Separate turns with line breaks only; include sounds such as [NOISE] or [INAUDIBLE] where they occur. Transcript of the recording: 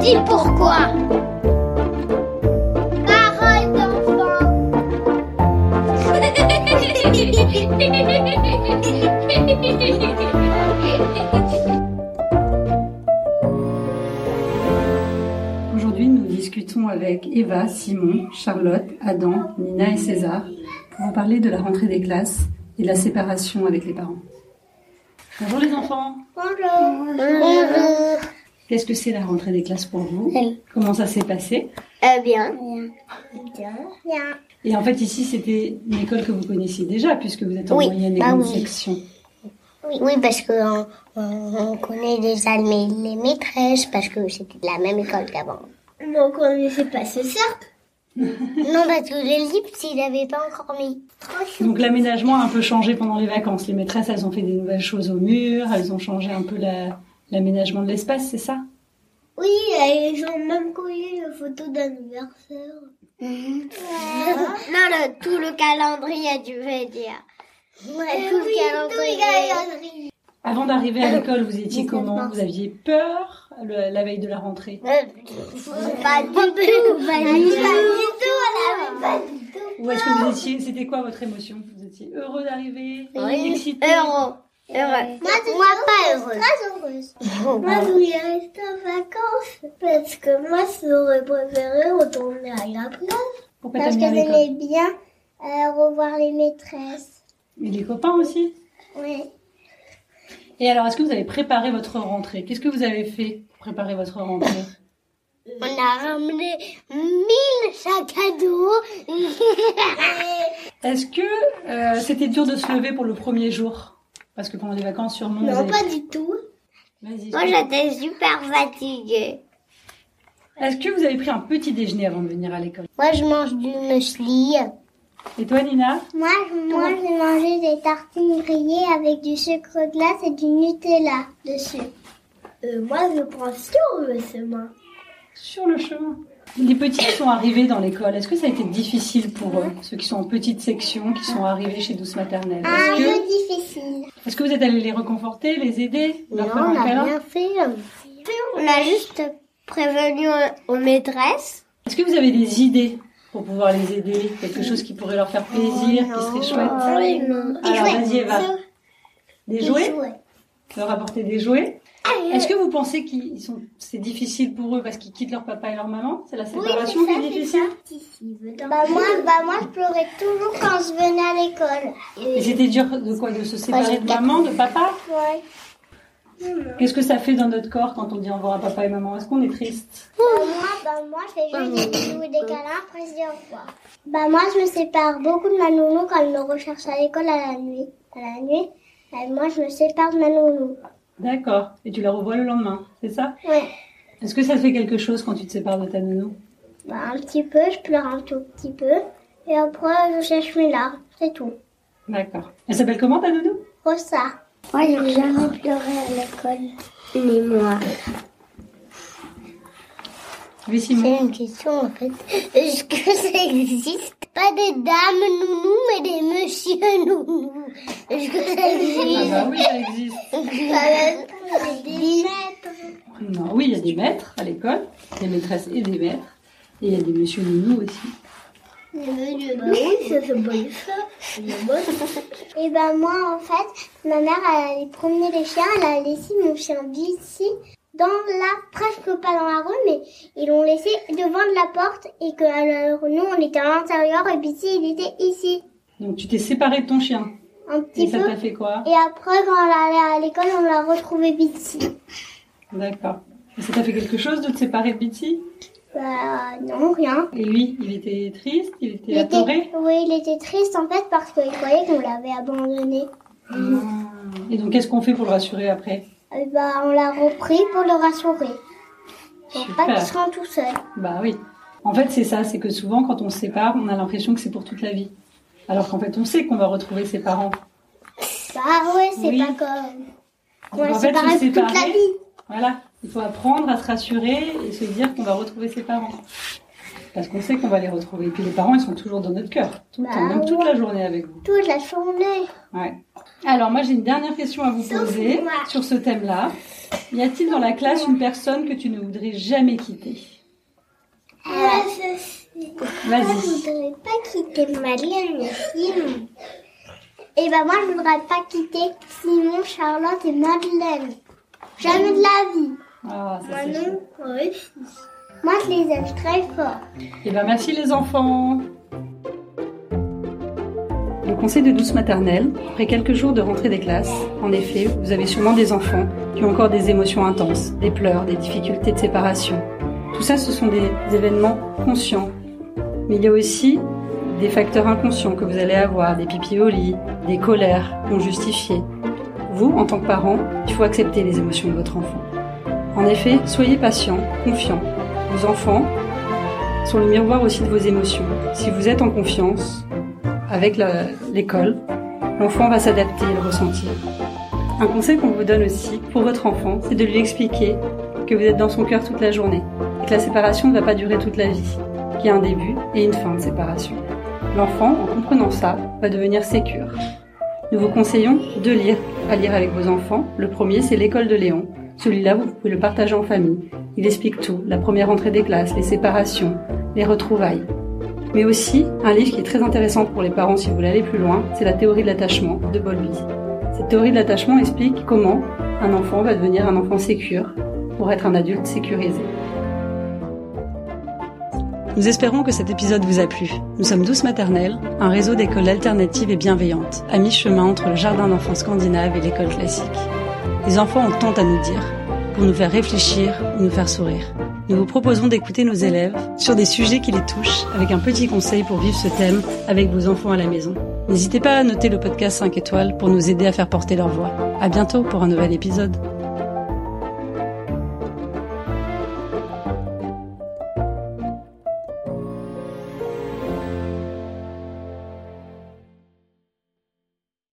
Dis pourquoi Parole d'enfant
Aujourd'hui, nous discutons avec Eva, Simon, Charlotte, Adam, Nina et César pour vous parler de la rentrée des classes et de la séparation avec les parents. Bonjour les enfants.
Bonjour.
Qu'est-ce que c'est la rentrée des classes pour vous
Oui.
Comment ça s'est passé
Eh bien.
Et en fait, ici, c'était une école que vous connaissiez déjà puisque vous êtes en
Oui,
moyenne et
bah
grande
oui.
section.
Oui, oui, parce que on, on- on connaît déjà les, les maîtresses, parce que c'était de la même école qu'avant.
Mais on connaissait pas ce cercle.
Non, parce que l'ellipse, il n'avait pas encore mis.
Donc l'aménagement a un peu changé pendant les vacances. Les maîtresses, elles ont fait des nouvelles choses au mur, elles ont changé un peu la- l'aménagement de l'espace, c'est ça
Oui, et ils ont même collé la photo d'anniversaire.
Mhm. Non, le- tout le calendrier, tu veux dire.
Eh
tout le
oui,
calendrier.
tout le calendrier.
Avant d'arriver à l'école, vous étiez
Dix-neuf
comment
mars.
Vous aviez peur le- la veille de la rentrée
Euh, pas du tout, pas du tout.
Ou est-ce que vous étiez, c'était quoi votre émotion Vous étiez heureux d'arriver
Oui.
Excité
Heureux. Heureux.
Moi, je
Moi, pas
suis
heureux.
très [LAUGHS] heureuse. Oh, Moi, je voulais rester en vacances. Parce que moi, j'aurais préféré retourner à la plage.
Pourquoi t'as mis à l'école
bien euh, revoir les maîtresses.
Et les copains aussi
Oui.
Et alors, est-ce que vous avez préparé votre rentrée Qu'est-ce que vous avez fait pour préparer votre rentrée
On a ramené 1000 sacs à dos.
Est-ce que euh, c'était dur de se lever pour le premier jour Parce que pendant les vacances, sûrement, vous
[LAUGHS] Non,
avez-
pas du tout.
Vas-y.
Moi, j'étais super fatiguée.
Est-ce que vous avez pris un petit déjeuner avant de venir à l'école
Moi, je mange du muesli.
Et toi, Nina
Moi, moi j'ai mangé des tartines grillées avec du sucre glace et du Nutella dessus. Euh, moi, je prends sur le chemin.
Sur le chemin. Les petits qui sont arrivés dans l'école, est-ce que ça a été difficile pour eux Ceux qui sont en petite section, qui sont arrivés chez Douce Maternelle.
Ah
Un
Est-ce que,
peu difficile.
est-ce que vous êtes allés les reconforter, les aider
Non,
leur faire
on
un
n'a
câlin
rien fait. On a juste prévenu euh, aux- aux maîtresses.
Est-ce que vous avez des idées pour pouvoir les aider Quelque chose qui pourrait leur faire plaisir, qui serait
Oh, Ah
chouette
Ah non.
Alors, vas-y, Eva. Des jouets Leur apporter des jouets Est-ce que vous pensez qu'ils sont, c'est difficile pour eux parce qu'ils quittent leur papa et leur maman C'est la séparation qui est difficile
Bah moi, bah moi, je pleurais toujours quand je venais à l'école.
Et c'était dur de quoi De se séparer de maman, de papa
Ouais.
Qu'est-ce que ça fait dans notre corps quand on dit au revoir à papa et maman Est-ce qu'on est triste
Bah moi, bah moi, je fais juste des bisous et des câlins après je dis au revoir. Bah moi, je me sépare beaucoup de ma nounou quand elle me recherche à l'école à la nuit. À la nuit, bah moi, je me sépare de ma nounou.
D'accord. Et tu la revois le lendemain, c'est ça
Ouais.
Est-ce que ça te fait quelque chose quand tu te sépares de ta nounou
Bah, un petit peu, je pleure un tout petit peu. Et après, je cherche mes larmes, c'est tout. Oh,
D'accord. Elle s'appelle comment ta nounou
Rosa.
Moi, j'ai jamais pleuré à l'école. Ni moi.
Oui, Simon.
C'est une question, en fait. Est-ce que [LAUGHS] ça existe Pas des dames nounous, mais des messieurs nounous. Est-ce que ça
Ah
existe
bah oui, ça existe.
Dis-
Non, oui, il y a des maîtres à l'école, des maîtresses et des maîtres. Et il y a des monsieur nounous aussi.
Bah oui, ça se bonne Et bah moi, en fait, ma mère, elle allait promener les chiens, elle a laissé mon chien d'ici, dans la, presque pas dans la rue, mais ils l'ont laissé devant de la porte et que alors, nous, on était à l'intérieur et Bici, il était ici,
Donc tu t'es séparé de ton chien.
un
Et
petit
ça
peu.
t'a fait quoi
Et après, quand elle allait à l'école, on l'a retrouvé Bici.
D'accord. Et ça t'a fait quelque chose de te séparer de Bitty
Bah non, rien.
Et lui, il était triste, il était
Il était-
apeuré.
oui, il était triste en fait parce qu'il croyait qu'on l'avait abandonné.
Et donc qu'est-ce qu'on fait pour le rassurer après
Et bah, on l'a repris pour le rassurer. Pour pas qu'il se rende tout seul.
Bah oui. En fait, c'est ça, c'est que souvent, quand on se sépare, on a l'impression que c'est pour toute la vie. Alors qu'en fait, on sait qu'on va retrouver ses parents.
Bah ouais, c'est
Oui.
pas comme.
Donc,
On
en
s'est
fait,
séparés
se
toute la
séparer,
vie.
voilà. Il faut apprendre à se rassurer et se dire qu'on va retrouver ses parents. Parce qu'on sait qu'on va les retrouver. Et puis les parents, ils sont toujours dans notre cœur. Tout le
Bah
temps, même toute
ouais.
la journée avec vous.
Toute la journée.
Ouais. Alors moi, j'ai une dernière question à vous
Sauf
poser
moi.
sur ce thème-là. Y a-t-il dans la classe une personne que tu ne voudrais jamais quitter
Ah, je ne
Vas-y.
voudrais pas quitter Madeleine et Simon. Et ben moi, je voudrais pas quitter Simon, Charlotte et Madeleine. Jamais de la vie.
Ah, ça, c'est chou.
oui. Moi, je les aime très fort.
Eh bien, merci les enfants. Le conseil de douce maternelle, après quelques jours de rentrée des classes, en effet, vous avez sûrement des enfants qui ont encore des émotions intenses, des pleurs, des difficultés de séparation. Tout ça, ce sont des événements conscients. Mais il y a aussi des facteurs inconscients que vous allez avoir, des pipis au lit, des colères non justifiées. Vous, en tant que parent, il faut accepter les émotions de votre enfant. En effet, soyez patient, confiant. Vos enfants, sont le miroir aussi de vos émotions. Si vous êtes en confiance avec la- l'école, l'enfant va s'adapter et le ressentir. Un conseil qu'on vous donne aussi pour votre enfant, c'est de lui expliquer que vous êtes dans son cœur toute la journée et que la séparation ne va pas durer toute la vie, qu'il y a un début et une fin de séparation. L'enfant, en comprenant ça, va devenir sécure. Nous vous conseillons de lire, à lire avec vos enfants. Le premier, c'est l'école de Léon. Celui-là, vous pouvez le partager en famille. Il explique tout, la première entrée des classes, les séparations, les retrouvailles. Mais aussi, un livre qui est très intéressant pour les parents si vous voulez aller plus loin, c'est la théorie de l'attachement de Bowlby. Cette théorie de l'attachement explique comment un enfant va devenir un enfant sécure pour être un adulte sécurisé. Nous espérons que cet épisode vous a plu. Nous sommes Douce Maternelle, un réseau d'écoles alternatives et bienveillantes, à mi-chemin entre le jardin d'enfants scandinave et l'école classique. Les enfants ont tant à nous dire, pour nous faire réfléchir ou nous faire sourire. Nous vous proposons d'écouter nos élèves sur des sujets qui les touchent, avec un petit conseil pour vivre ce thème avec vos enfants à la maison. N'hésitez pas à noter le podcast 5 étoiles pour nous aider à faire porter leur voix. À bientôt pour un nouvel épisode.